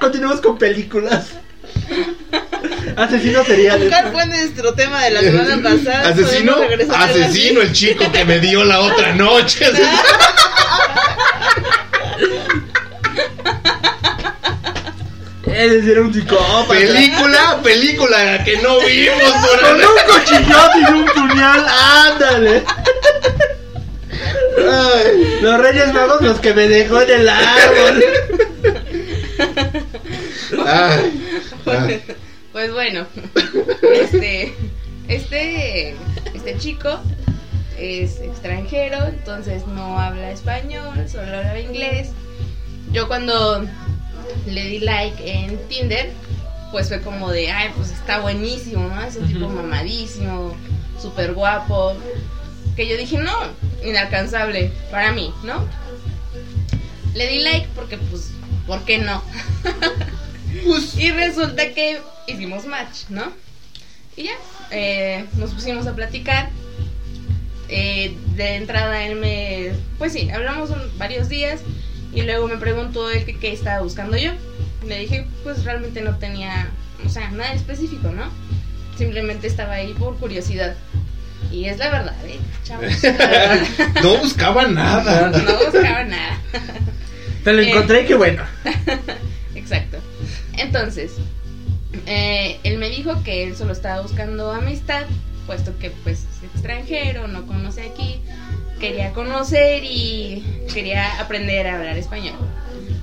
Speaker 4: Continuamos con películas. Asesinos seriales.
Speaker 3: ¿Cuál fue nuestro tema de la semana pasada?
Speaker 2: Asesino,
Speaker 3: Podemos regresar a algo así.
Speaker 2: asesino el chico que me dio la otra noche.
Speaker 4: Eres era un psicópata.
Speaker 2: película, película que no vimos.
Speaker 4: Con
Speaker 2: durante-
Speaker 4: un cuchillote y un puñal, ándale.
Speaker 2: Ay,
Speaker 4: Los Reyes Magos, los que me dejó en el árbol.
Speaker 2: ay, ay.
Speaker 5: Pues bueno. Este. Este. Este chico es extranjero, entonces no habla español, solo habla inglés. Yo cuando le di like en Tinder, pues fue como de, ay, pues está buenísimo, ¿no? Es un tipo
Speaker 4: Ujú.
Speaker 5: mamadísimo, súper guapo. Que yo dije, no, inalcanzable para mí, ¿no? Le di like porque, pues, ¿por qué no? Pues, y resulta que hicimos match, ¿no? Y ya, eh, nos pusimos a platicar. Eh, de entrada él me... Pues sí, hablamos un- varios días y luego me preguntó él que qué estaba buscando yo. Le dije, pues realmente no tenía, o sea, nada específico, ¿no? Simplemente estaba ahí por curiosidad. Y es la verdad, ¿eh? Chavos, la verdad,
Speaker 2: No buscaba nada.
Speaker 5: no buscaba nada.
Speaker 4: Te lo encontré y qué bueno.
Speaker 5: Exacto. Entonces, eh, él me dijo que él solo estaba buscando amistad, puesto que pues es extranjero, no conoce aquí, quería conocer y quería aprender a hablar español.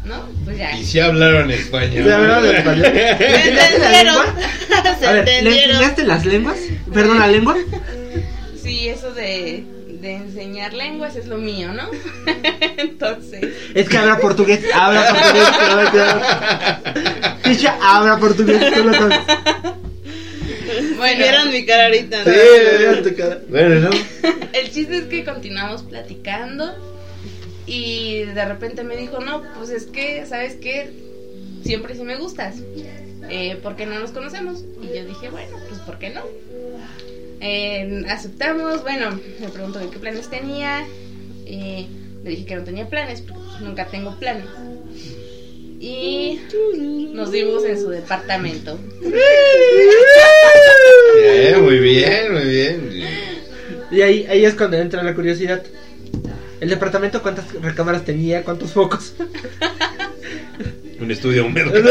Speaker 5: ¿No? Pues ya.
Speaker 2: Y si hablaron español.
Speaker 4: ¿Se hablaron en español?
Speaker 3: ¿Se
Speaker 4: ¿Le enseñaste la
Speaker 3: entendieron?
Speaker 4: lengua?
Speaker 3: ¿Se
Speaker 4: A ver, ¿le
Speaker 3: entendieron?
Speaker 4: enseñaste las lenguas? ¿Perdón, la lengua?
Speaker 5: Sí, eso de, de enseñar lenguas es lo mío, ¿no? Entonces,
Speaker 4: Es que habla portugués, habla portugués, habla Ticha habla portugués, tú lo sabes.
Speaker 5: bueno,
Speaker 3: Vieron mi cara ahorita, ¿no?
Speaker 2: Sí, Bueno, ¿no?
Speaker 5: El chiste es que continuamos platicando y de repente me dijo, no, pues es que, ¿sabes qué? Siempre sí me gustas, eh, ¿por qué no nos conocemos? Y yo dije, bueno, pues ¿por qué no? Eh, aceptamos, bueno, me preguntó que qué planes tenía, eh, le dije que no tenía planes, porque pues, nunca tengo planes. y nos vimos en su departamento.
Speaker 2: Eh, muy bien, muy bien.
Speaker 4: Y ahí, ahí es cuando entra la curiosidad. El departamento, ¿cuántas recámaras tenía? ¿Cuántos focos?
Speaker 2: Un estudio mercado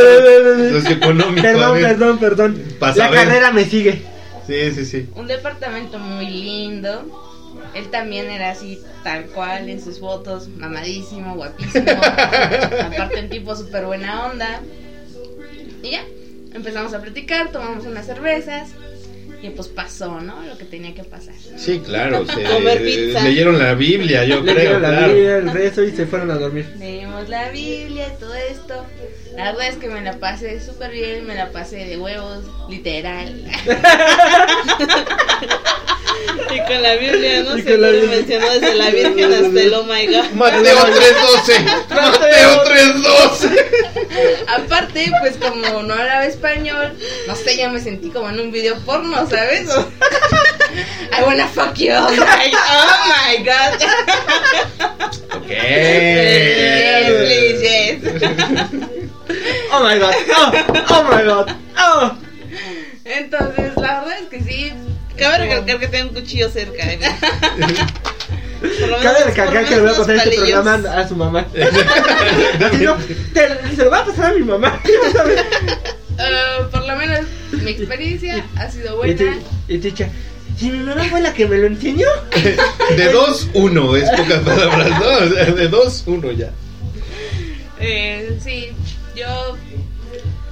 Speaker 2: socioeconómico. a
Speaker 4: perdón,
Speaker 2: ver.
Speaker 4: perdón, perdón.
Speaker 2: Pa'
Speaker 4: La
Speaker 2: saber.
Speaker 4: carrera me sigue.
Speaker 2: Sí, sí, sí.
Speaker 5: Un departamento muy lindo. Él también era así, tal cual, en sus fotos, mamadísimo, guapísimo. Aparte, un tipo súper buena onda. Y ya, empezamos a platicar, tomamos unas cervezas. Y pues pasó, ¿no? Lo que tenía que pasar.
Speaker 2: Sí, claro. se-
Speaker 3: Comer pizza.
Speaker 2: leyeron la Biblia, yo creo,
Speaker 4: Leyeron la
Speaker 2: claro.
Speaker 4: Biblia, el rezo y se fueron a dormir.
Speaker 5: Leímos la Biblia y todo esto. La verdad es que me la pasé súper bien, me la pasé de huevos, literal.
Speaker 3: Y con la Biblia, ¿no?
Speaker 4: Y
Speaker 3: Se
Speaker 4: con la
Speaker 3: lo
Speaker 4: Biblia.
Speaker 3: mencionó desde la Virgen hasta el Oh My God.
Speaker 2: Mateo 3.12. Mateo 3.12.
Speaker 5: Aparte, pues como no hablaba español, no sé, yo me sentí como en un video porno, ¿sabes? O- I wanna fuck you. Ay, oh my god. Yes,
Speaker 2: Ok.
Speaker 5: please, yes.
Speaker 4: Oh my god, oh, oh my god, oh.
Speaker 5: Entonces, la verdad es que sí.
Speaker 3: Cabe recalcar que tenía un cuchillo cerca. ¿eh? Por lo menos-
Speaker 4: Cabe
Speaker 3: por
Speaker 4: recalcar
Speaker 3: lo
Speaker 4: que le voy a
Speaker 3: menos
Speaker 4: contar
Speaker 3: unos
Speaker 4: este
Speaker 3: palillos.
Speaker 4: programa a su mamá. Así no, te- se lo va a pasar a mi mamá. ¿sabes?
Speaker 5: eh, por lo menos mi experiencia ha sido
Speaker 4: Y te-
Speaker 5: buena.
Speaker 4: y te echa, si mi mamá fue la que me lo enseñó.
Speaker 2: De 2, 1. Es pocas palabras, ¿no? O sea, De 2, 1 ya.
Speaker 5: Eh, sí, yo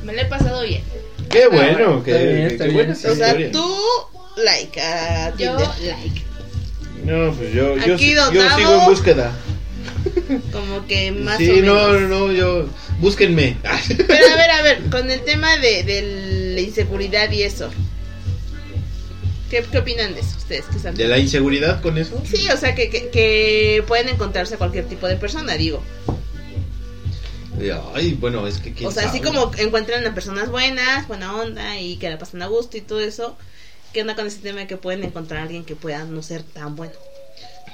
Speaker 5: me la he pasado bien.
Speaker 3: Ah,
Speaker 2: Qué bueno. Qué,
Speaker 4: Está bien, está
Speaker 2: qué
Speaker 4: bien.
Speaker 2: buena esa
Speaker 3: O sea,
Speaker 2: historia.
Speaker 3: tú, like, a
Speaker 5: Yo
Speaker 3: Tinder.
Speaker 5: like.
Speaker 2: No, pues yo, yo,
Speaker 3: Aquí
Speaker 2: sí-
Speaker 3: don
Speaker 2: yo
Speaker 3: Tavo.
Speaker 2: sigo en búsqueda.
Speaker 3: Como que más o
Speaker 2: Sí, no,
Speaker 3: menos.
Speaker 2: no, no, yo. Búsquenme. Ah,
Speaker 3: Pero a ver, a ver, con el tema de, de la inseguridad y eso. ¿Qué, qué opinan de eso ustedes? ¿Qué saben?
Speaker 2: ¿De la inseguridad con eso?
Speaker 3: Sí, o sea, que, que, que pueden encontrarse cualquier tipo de persona, digo.
Speaker 2: Ay, bueno, es que. quién
Speaker 3: O sea, así
Speaker 2: sabe.
Speaker 3: como encuentran a personas buenas, buena onda y que la pasan a gusto y todo eso. ¿Qué onda con ese tema de que pueden encontrar a alguien que pueda no ser tan bueno?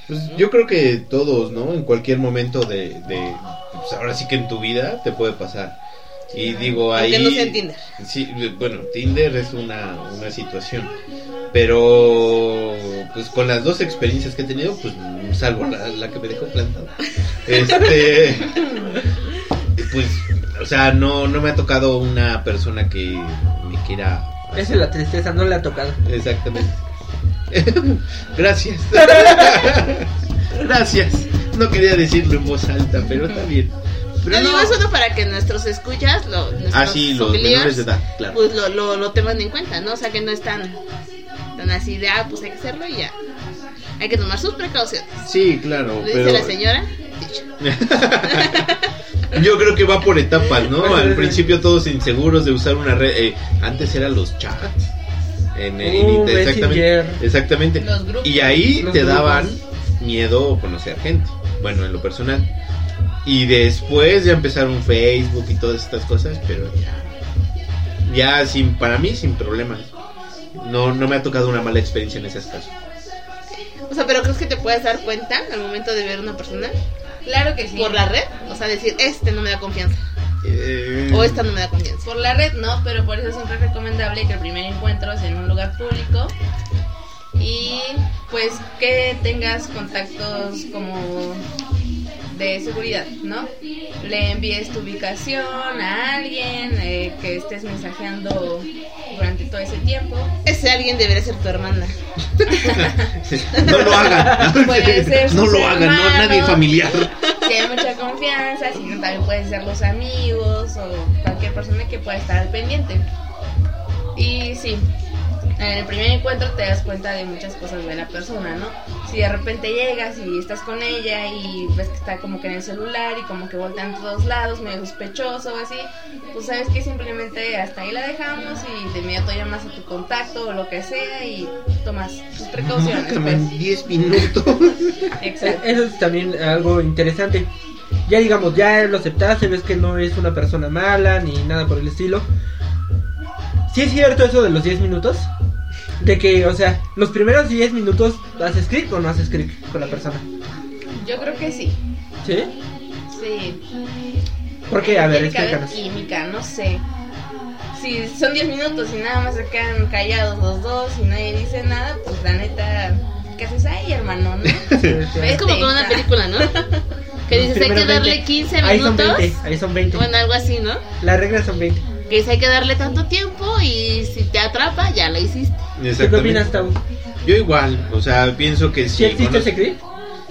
Speaker 2: Pues yo creo que todos, ¿no? En cualquier momento de, de- pues ahora sí que en tu vida te puede pasar. Y digo ahí.
Speaker 3: Aunque no sea en Tinder.
Speaker 2: Sí, bueno, Tinder es una, una situación. Pero pues con las dos experiencias que he tenido, pues salvo la, la que me dejó plantada. Este pues o sea, no no me ha tocado una persona que me quiera
Speaker 4: Esa es la tristeza, no le ha tocado.
Speaker 2: Exactamente. Gracias. Gracias. No quería decirlo en voz alta, pero está bien. Pero
Speaker 3: Yo digo
Speaker 2: no.
Speaker 3: eso no para que nuestros escuchas, lo, nuestros
Speaker 2: Ah, sí, los
Speaker 3: sommeliers,
Speaker 2: menores de edad, claro.
Speaker 3: pues lo, lo, lo tengan en cuenta, ¿no? O sea, que no es tan, tan así de, ah, pues hay que hacerlo y ya. Hay que tomar sus precauciones.
Speaker 2: Sí, claro,
Speaker 3: Lo dice
Speaker 2: pero
Speaker 3: la señora.
Speaker 2: yo creo que va por etapas, ¿no?
Speaker 4: Pues,
Speaker 2: Al
Speaker 4: eh,
Speaker 2: principio todos inseguros de usar una red. eh, antes eran los chats. En, en
Speaker 4: Uh,
Speaker 2: Inter- exactamente.
Speaker 4: Messenger.
Speaker 2: Exactamente.
Speaker 5: Los grupos.
Speaker 2: Y ahí
Speaker 4: Los
Speaker 2: te
Speaker 4: grupos.
Speaker 2: daban miedo conocer gente. Bueno, en lo personal. Y después ya empezaron Facebook y todas estas cosas, pero ya. Ya sin, para mí sin problemas. No, no me ha tocado una mala experiencia en esas casos.
Speaker 3: O sea, pero crees que te puedes dar cuenta al momento de ver una persona
Speaker 5: Claro que sí.
Speaker 3: por la red. O sea, decir, este no me da confianza.
Speaker 2: Eh,
Speaker 3: O esta no me da confianza.
Speaker 5: Por la red no, pero por eso siempre es recomendable que el primer encuentro sea en un lugar público y pues que tengas contactos como de seguridad, ¿no? Le envíes tu ubicación a alguien, eh, que estés mensajeando durante todo ese tiempo.
Speaker 3: Ese alguien debería ser tu hermana.
Speaker 2: no lo hagan.
Speaker 5: Puede ser
Speaker 2: no
Speaker 5: sus
Speaker 2: lo hagan, no
Speaker 5: hermanos.
Speaker 2: nadie familiar.
Speaker 5: Si hay mucha confianza, si no también pueden ser los amigos o cualquier persona que pueda estar al pendiente. Y sí, en el primer encuentro te das cuenta de muchas cosas de la persona, ¿no? Si de repente llegas y estás con ella y ves que está como que en el celular y como que voltea en todos lados, medio sospechoso o así, pues sabes que simplemente hasta ahí la dejamos y de inmediato llamas a tu contacto o lo que sea y tomas tus precauciones.
Speaker 2: Mátame
Speaker 5: Pues.
Speaker 2: en 10 minutos.
Speaker 4: Eh,
Speaker 5: Exacto.
Speaker 4: Eso es también algo interesante. Ya digamos, ya lo aceptaste, ves que no es una persona mala ni nada por el estilo. Si es cierto eso de los 10 minutos, de que, o sea, los primeros 10 minutos haces clic o no haces clic con la persona.
Speaker 5: Yo creo que sí.
Speaker 4: ¿Sí?
Speaker 5: Sí.
Speaker 4: ¿Por qué? A ver,
Speaker 5: tiene que haber
Speaker 4: explícanos.
Speaker 5: química, no sé. Si son 10 minutos y nada más se quedan callados los dos y nadie dice nada, pues la neta, ¿qué haces ahí, hermano? ¿no?
Speaker 3: Es como con una película, ¿no? Que dices, hay que
Speaker 4: Primero
Speaker 3: darle
Speaker 4: 20.
Speaker 3: 15
Speaker 4: Ahí son
Speaker 3: minutos.
Speaker 4: 20, ahí son 20.
Speaker 3: Bueno, algo así, ¿no?
Speaker 4: Las reglas son 20.
Speaker 3: Que dices, hay que darle tanto tiempo y si te atrapa, ya la hiciste.
Speaker 4: ¿Tú ¿Qué
Speaker 2: Exactamente.
Speaker 4: opinas, Tau?
Speaker 2: Yo igual, o sea, pienso que
Speaker 4: ¿Sí
Speaker 2: sí.
Speaker 4: existe ese clip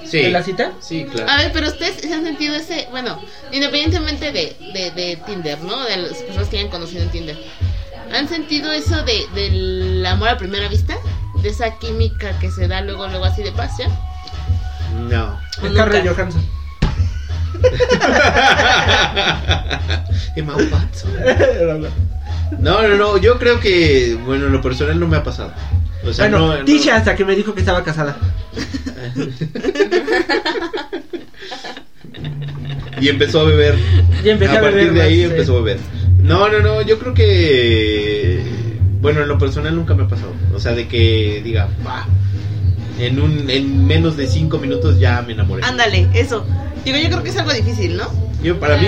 Speaker 2: Sí.
Speaker 4: de la cita?
Speaker 2: Sí, claro.
Speaker 5: Ah.
Speaker 3: A ver, pero ustedes se han sentido ese, bueno, independientemente de, de, de Tinder, ¿no? De las personas que hayan conocido en Tinder. ¿Han sentido eso de, del amor a primera vista? De esa química que se da luego, luego así de pasión.
Speaker 2: No.
Speaker 4: Es
Speaker 3: Nunca.
Speaker 4: Carlos Johansson.
Speaker 2: Emma Watson. No, no, no, yo creo que, bueno, en lo personal no me ha pasado. O sea,
Speaker 4: bueno,
Speaker 2: no, no-
Speaker 4: dije hasta que me dijo que estaba casada.
Speaker 2: Y empezó a beber.
Speaker 4: Y empecé a,
Speaker 2: a partir
Speaker 4: beber
Speaker 2: de
Speaker 4: más,
Speaker 2: ahí
Speaker 4: sí.
Speaker 2: empezó a beber. No, no, no, yo creo que, bueno, en lo personal nunca me ha pasado. O sea, de que diga, "Bah, en, un, en menos de cinco minutos ya me enamoré.
Speaker 3: Ándale, eso. Digo, yo creo que es algo difícil, ¿no?
Speaker 2: Yo, para mí,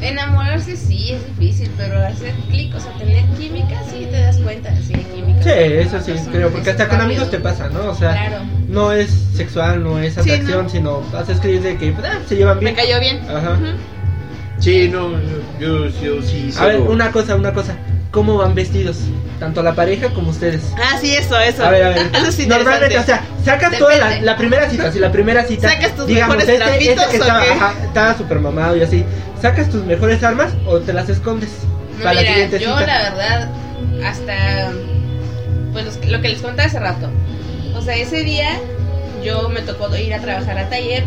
Speaker 5: Enamorarse sí es difícil, pero hacer clic, o sea, tener química, sí te das cuenta de si hay química.
Speaker 4: Sí, eso sí,
Speaker 5: Persona,
Speaker 4: creo, porque
Speaker 5: eso
Speaker 4: hasta con
Speaker 5: rápido.
Speaker 4: amigos te pasa, ¿no? O sea,
Speaker 5: Claro.
Speaker 4: no es sexual, no es
Speaker 3: Sí,
Speaker 4: atracción,
Speaker 3: no.
Speaker 4: sino haces clic de que pues, ah, se llevan
Speaker 3: Me
Speaker 4: bien.
Speaker 3: cayó bien.
Speaker 4: Ajá.
Speaker 3: Ujú.
Speaker 2: sí, no, yo, yo, yo sí.
Speaker 4: A ver,
Speaker 2: solo-
Speaker 4: una cosa, una cosa. ¿Cómo van vestidos? Tanto la pareja como ustedes.
Speaker 3: Ah, sí, eso, eso.
Speaker 4: A ver, a ver.
Speaker 3: Eso es interesante.
Speaker 4: Normalmente, o sea, sacas toda la,
Speaker 5: Depende.
Speaker 4: la primera cita, si la primera cita. este,
Speaker 3: ¿Sacas tus mejores trapitos
Speaker 4: que
Speaker 3: o
Speaker 4: estaba,
Speaker 3: qué?
Speaker 4: ajá, estaba super mamado y así. ¿Sacas tus mejores armas o te las escondes?
Speaker 5: No, mira, yo la verdad, hasta pues los- lo que les conté hace rato. O sea, ese día yo me tocó ir a trabajar a taller,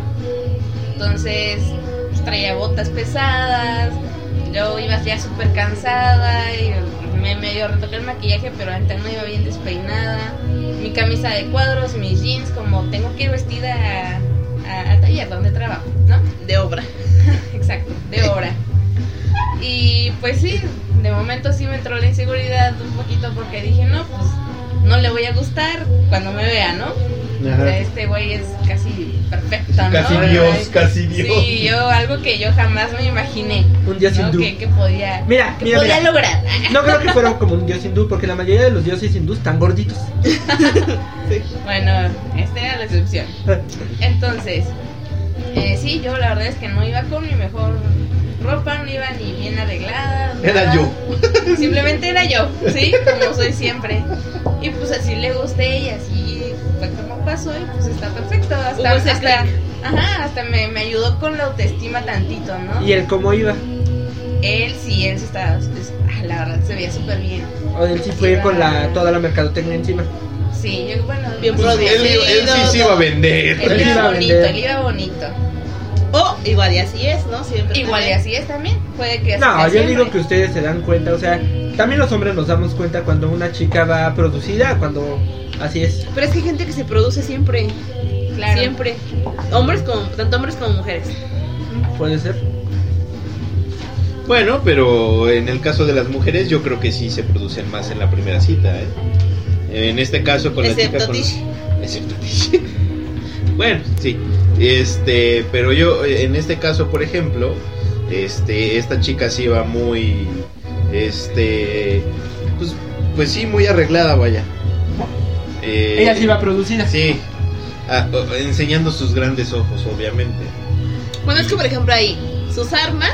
Speaker 5: entonces pues, traía botas pesadas, yo iba ya súper cansada, y me medio retoqué el maquillaje, pero antes no iba bien despeinada, mi camisa de cuadros, mis jeans, como tengo que ir vestida a- a- a taller donde trabajo, ¿no?
Speaker 3: De obra.
Speaker 5: Exacto, de obra. Y pues sí, de momento sí me entró la inseguridad un poquito porque dije, no, pues no le voy a gustar cuando me vea, ¿no? O sea,
Speaker 2: Ajá.
Speaker 5: este güey es casi perfecto, ¿no?
Speaker 2: Casi
Speaker 5: Ay,
Speaker 2: Dios, casi Dios.
Speaker 5: Sí, yo algo que yo jamás me imaginé.
Speaker 4: Un dios
Speaker 5: ¿no?
Speaker 4: hindú.
Speaker 5: Que, que podía,
Speaker 4: Mira,
Speaker 5: que
Speaker 4: mira,
Speaker 5: podía
Speaker 4: mira.
Speaker 5: lograr.
Speaker 4: No creo que fueron como un dios hindú, porque la mayoría de los dioses hindús están gorditos.
Speaker 5: Bueno, esta era la excepción. Entonces, eh, sí, yo la verdad es que no iba con mi mejor ropa, no iba ni bien arreglada.
Speaker 2: Era
Speaker 5: nada.
Speaker 2: yo.
Speaker 5: Simplemente era yo, ¿sí? Como soy siempre. Y pues así le gusté y así fue como pasó y pues está perfecto. Hasta,
Speaker 3: Hubo ese
Speaker 5: hasta,
Speaker 3: clic.
Speaker 5: ajá, hasta me, me ayudó con la autoestima tantito, ¿no?
Speaker 4: Y el cómo iba.
Speaker 5: Él sí, él sí estaba, es- ah, la verdad se veía súper bien.
Speaker 4: O él sí fue con la, toda la mercadotecnia encima.
Speaker 5: Sí, yo bueno,
Speaker 3: Bien
Speaker 5: pues,
Speaker 2: Pues,
Speaker 3: Rodrigo.
Speaker 2: él, él sí se iba a vender.
Speaker 5: él
Speaker 4: Él iba
Speaker 5: iba
Speaker 4: a
Speaker 5: bonito,
Speaker 4: vender.
Speaker 5: él iba bonito.
Speaker 3: O Oh, igual y así es, ¿no? Siempre.
Speaker 5: Igual y
Speaker 3: también.
Speaker 5: así es también. Puede que así
Speaker 4: No,
Speaker 5: sea
Speaker 4: yo digo que
Speaker 5: siempre.
Speaker 4: ustedes se dan cuenta, o sea, también los hombres nos damos cuenta cuando una chica va producida, cuando así es.
Speaker 3: Pero es que hay gente que se produce siempre.
Speaker 5: Claro.
Speaker 3: Siempre. Hombres como, tanto hombres como mujeres.
Speaker 4: Puede ser.
Speaker 2: Bueno, pero en el caso de las mujeres, yo creo que sí se producen más en la primera cita. ¿eh? En este caso con
Speaker 3: Excepto
Speaker 2: la chica. con-
Speaker 3: Tish.
Speaker 2: Excepto Tish. bueno, sí. Este, pero yo, eh, en este caso, por ejemplo, este, esta chica sí iba muy, este, pues, pues sí, muy arreglada, vaya. Eh,
Speaker 4: Ella sí va producida.
Speaker 2: Sí. Ah, o- enseñando sus grandes ojos, obviamente.
Speaker 3: Bueno, es que por ejemplo ahí, sus armas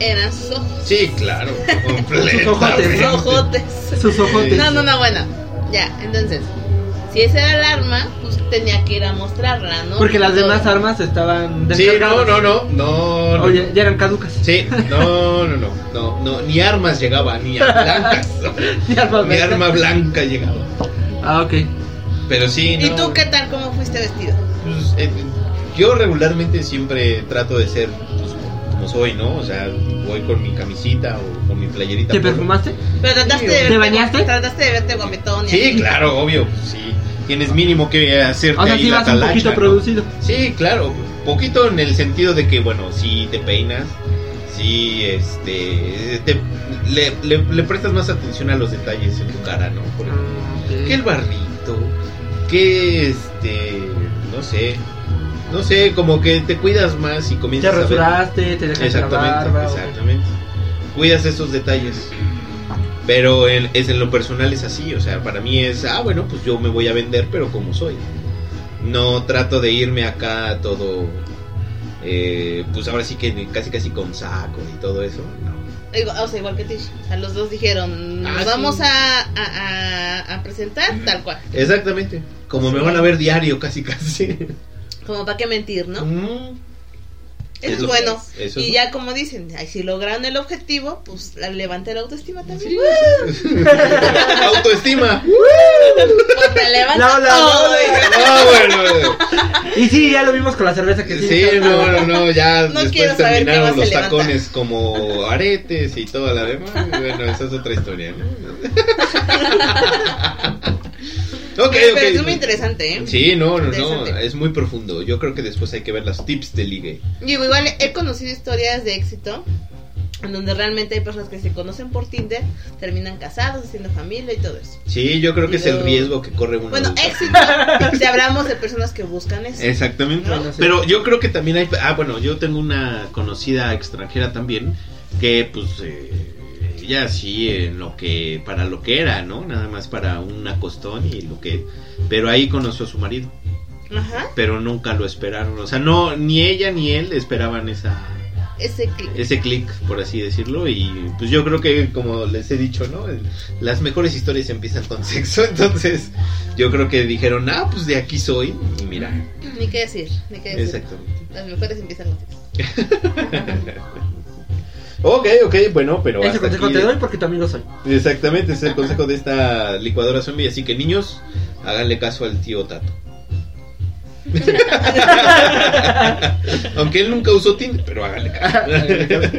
Speaker 3: eran sus ojos.
Speaker 2: Sí, claro. completamente.
Speaker 4: Sus ojotes,
Speaker 3: Sus ojotes.
Speaker 4: Sus ojotes.
Speaker 3: No, no, no, bueno. Ya, entonces. Si esa era el arma, pues tenía que ir a mostrarla, ¿no?
Speaker 4: Porque las
Speaker 3: Todo.
Speaker 4: demás armas estaban
Speaker 2: Sí, no,
Speaker 4: descargadas.
Speaker 2: no, no, no, no.
Speaker 4: Oye, ya eran caducas.
Speaker 2: Sí, no, no, no, no, no, ni armas llegaba, ni a blancas,
Speaker 4: Ni armas
Speaker 2: ni
Speaker 4: blancas.
Speaker 2: arma blanca llegaba.
Speaker 4: Ah, ok.
Speaker 2: Pero sí, no.
Speaker 3: ¿Y tú qué tal? ¿Cómo fuiste vestido?
Speaker 2: Pues, eh, yo regularmente siempre trato de ser pues, como soy, ¿no? O sea, voy con mi camisita o con mi playerita.
Speaker 4: ¿Te
Speaker 2: polo.
Speaker 4: perfumaste?
Speaker 3: Pero trataste de
Speaker 2: ¿Te
Speaker 3: verte.
Speaker 4: bañaste?
Speaker 3: Trataste de verte guapetón. y
Speaker 2: Sí,
Speaker 3: así.
Speaker 2: claro, obvio, pues, sí. Tienes mínimo que hacerte
Speaker 4: O sea,
Speaker 2: ahí
Speaker 4: sí
Speaker 2: la
Speaker 4: vas un
Speaker 2: talacha,
Speaker 4: poquito
Speaker 2: ¿no?
Speaker 4: producido.
Speaker 2: Sí, claro, poquito en el sentido de que, bueno, sí te peinas, sí, este, te- le, le- le prestas más atención a los detalles en tu cara, ¿no? Por ejemplo,
Speaker 4: Ah.
Speaker 2: que el barrito, que este, no sé, No sé, como que te cuidas más y
Speaker 4: Te
Speaker 2: comienzas a ver.
Speaker 4: rasuraste, te dejaste la
Speaker 2: Exactamente,
Speaker 4: barba. o-
Speaker 2: exactamente. Cuidas esos detalles. Pero en, es en lo personal es así, o sea, para mí es, ah, bueno, pues yo me voy a vender, pero como soy. No trato de irme acá todo, eh, pues ahora sí que casi casi con saco y todo eso. No.
Speaker 3: Igual- o sea, igual que Tish. A los dos dijeron,
Speaker 2: Ah,
Speaker 3: nos
Speaker 2: sí.
Speaker 3: vamos a, a- a- a presentar tal cual.
Speaker 2: Exactamente, como me van a ver diario, casi casi.
Speaker 3: Como para qué mentir, ¿no?
Speaker 2: Mm,
Speaker 3: Eso,
Speaker 2: Eso
Speaker 3: es bueno.
Speaker 2: es, eso es
Speaker 3: y ya como dicen, ay, si lograron el objetivo, pues la- levanté la autoestima también.
Speaker 2: Autoestima.
Speaker 3: Pues te levanta
Speaker 4: La- la-
Speaker 3: todo,
Speaker 4: la-
Speaker 3: hija.
Speaker 2: Ah, bueno.
Speaker 4: Y sí, ya lo vimos con la cerveza que sí.
Speaker 2: Sí,
Speaker 4: está-
Speaker 2: no, no, no, ya
Speaker 3: No quiero
Speaker 2: después
Speaker 3: saber qué más
Speaker 2: terminaron
Speaker 3: se
Speaker 2: los
Speaker 3: levanta.
Speaker 2: tacones como aretes y toda la demás. y Bueno, esa es otra historia, ¿no? ok, ok.
Speaker 3: Pero es muy interesante, ¿eh?
Speaker 2: Sí, no, no, no,
Speaker 3: Interesante.
Speaker 2: es muy profundo. Yo creo que después hay que ver las tips de ligue.
Speaker 3: Digo, igual he conocido historias de éxito en donde realmente hay personas que se conocen por Tinder, terminan casados, haciendo familia y todo eso.
Speaker 2: Sí, yo creo que es el
Speaker 3: Yo-
Speaker 2: riesgo que corre uno.
Speaker 3: Bueno,
Speaker 2: adulto.
Speaker 3: éxito, si hablamos de personas que buscan eso.
Speaker 2: Exactamente.
Speaker 4: Bueno, sí.
Speaker 2: Pero yo creo que también hay. Ah, bueno, yo tengo una conocida extranjera también. Que pues. eh, ella sí, en lo que. Para lo que era, ¿no? Nada más para un acostón y lo que. Pero ahí conoció a su marido.
Speaker 3: Ajá,
Speaker 2: Pero nunca lo esperaron. O sea, no. Ni ella ni él esperaban esa.
Speaker 3: ese clic.
Speaker 2: Ese clic, por así decirlo, y pues yo creo que, como les he dicho, ¿no? El- Las mejores historias empiezan con sexo, entonces yo creo que dijeron, ah, pues de aquí soy, y mira,
Speaker 3: Ni qué decir, ni qué decir.
Speaker 2: exactamente.
Speaker 3: Las mejores empiezan con eso.
Speaker 2: Ok, ok, bueno, pero.
Speaker 4: Ese
Speaker 2: hasta
Speaker 4: consejo
Speaker 2: aquí-
Speaker 4: te doy porque tu amigo soy.
Speaker 2: Exactamente, ese es el consejo de esta licuadora zombie. Así que, niños, háganle caso al tío Tato. Aunque él nunca usó Tinder, pero háganle caso. Pero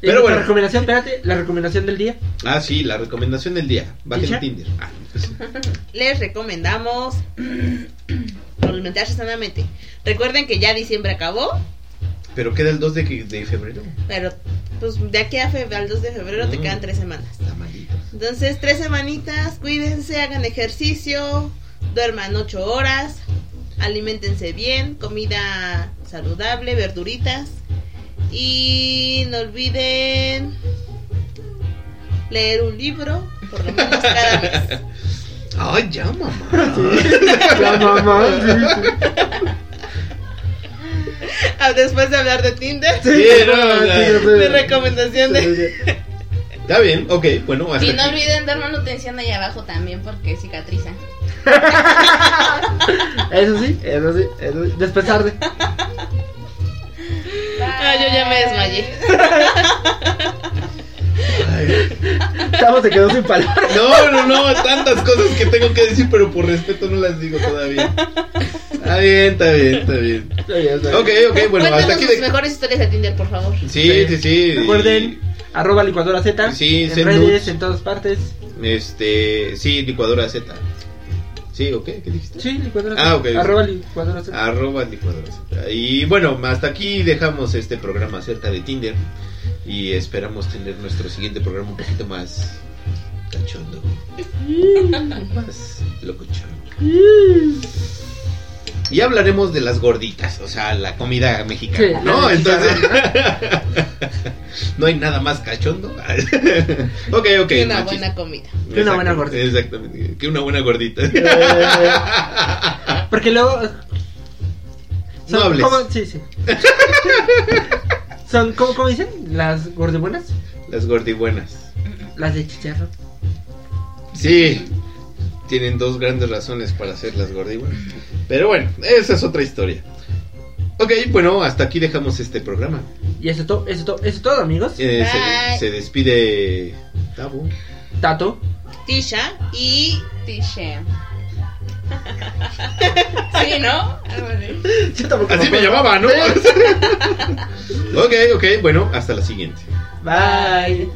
Speaker 4: Pero
Speaker 2: bueno.
Speaker 4: La recomendación, espérate, la recomendación del día.
Speaker 2: ah, sí, la recomendación del día: bajen
Speaker 4: ¿Dicha?
Speaker 2: Tinder. Ah,
Speaker 3: Les recomendamos alimentarse sanamente. Recuerden que ya diciembre acabó,
Speaker 2: pero queda el 2 de, de febrero.
Speaker 3: pero pues de aquí a fe- al 2 de febrero te
Speaker 2: Mm.
Speaker 3: quedan tres semanas.
Speaker 2: Está maldito.
Speaker 3: Entonces, tres semanitas, cuídense, hagan ejercicio, duerman ocho horas, alimentense bien, comida saludable, verduritas y no olviden leer un libro, por lo menos cada mes.
Speaker 2: Ay, ya, mamá.
Speaker 4: La mamá. sí,
Speaker 3: Ah, Después de hablar de Tinder,
Speaker 4: sí.
Speaker 2: Sí, no,
Speaker 4: Sí,
Speaker 2: la-
Speaker 4: yo sé.
Speaker 3: mi recomendación de...
Speaker 2: Está bien, ok, bueno, hasta
Speaker 5: Y no
Speaker 2: aquí.
Speaker 5: olviden dar manutención ahí abajo también porque cicatriza.
Speaker 4: Eso sí, eso sí, eso sí. Después tarde.
Speaker 3: Ah, yo ya me desmayé.
Speaker 2: Ay.
Speaker 4: Estamos se quedó sin palabras.
Speaker 2: No, no, no, tantas cosas que tengo que decir, pero por respeto no las digo todavía. Está bien, está bien, está bien.
Speaker 4: Está bien, está bien.
Speaker 2: Ok, ok, bueno,
Speaker 3: Cuéntanos
Speaker 2: hasta aquí.
Speaker 3: sus
Speaker 2: de-
Speaker 3: mejores historias de Tinder, por favor.
Speaker 2: Sí, sí, sí. y-
Speaker 4: Recuerden, arroba licuadora Z.
Speaker 2: Sí,
Speaker 4: en
Speaker 2: send
Speaker 4: redes,
Speaker 2: nudes.
Speaker 4: en todas partes.
Speaker 2: Este, sí, licuadora Z. Sí, ok, ¿qué dijiste?
Speaker 4: Sí, licuadora Z.
Speaker 2: Ah, ok. Ah.
Speaker 4: Arroba licuadora Z.
Speaker 2: Arroba licuadora Z. Y bueno, hasta aquí dejamos este programa acerca de Tinder. Y esperamos tener nuestro siguiente programa un poquito más cachondo. más locochón. Y hablaremos de las gorditas, o sea, la comida mexicana,
Speaker 4: Sí,
Speaker 2: ¿no?
Speaker 4: la mexicana.
Speaker 2: Entonces, no hay nada más cachondo. ok, ok.
Speaker 3: Y una
Speaker 2: machis.
Speaker 3: buena comida.
Speaker 4: Que una buena gordita.
Speaker 2: Exactamente, que una buena gordita.
Speaker 4: Eh, porque luego.
Speaker 2: No hables.
Speaker 4: ¿cómo? Sí, sí. Son, ¿cómo, cómo dicen? Las gordibuenas.
Speaker 2: Las gordibuenas.
Speaker 4: Las de chicharro.
Speaker 2: Sí, tienen dos grandes razones para ser las gordibuenas. Pero bueno, esa es otra historia. Ok, bueno, hasta aquí dejamos este programa.
Speaker 4: Y eso todo, eso todo, eso todo, amigos.
Speaker 2: Eh,
Speaker 3: Bye.
Speaker 2: se, se despide Tabo.
Speaker 4: Tato.
Speaker 3: Tisha y
Speaker 5: Tiche. Sí, ¿no? Algo así.
Speaker 4: Yo tampoco
Speaker 2: Así me
Speaker 4: acuerdo.
Speaker 2: llamaba, ¿no? ok, ok, bueno, hasta la siguiente.
Speaker 4: Bye.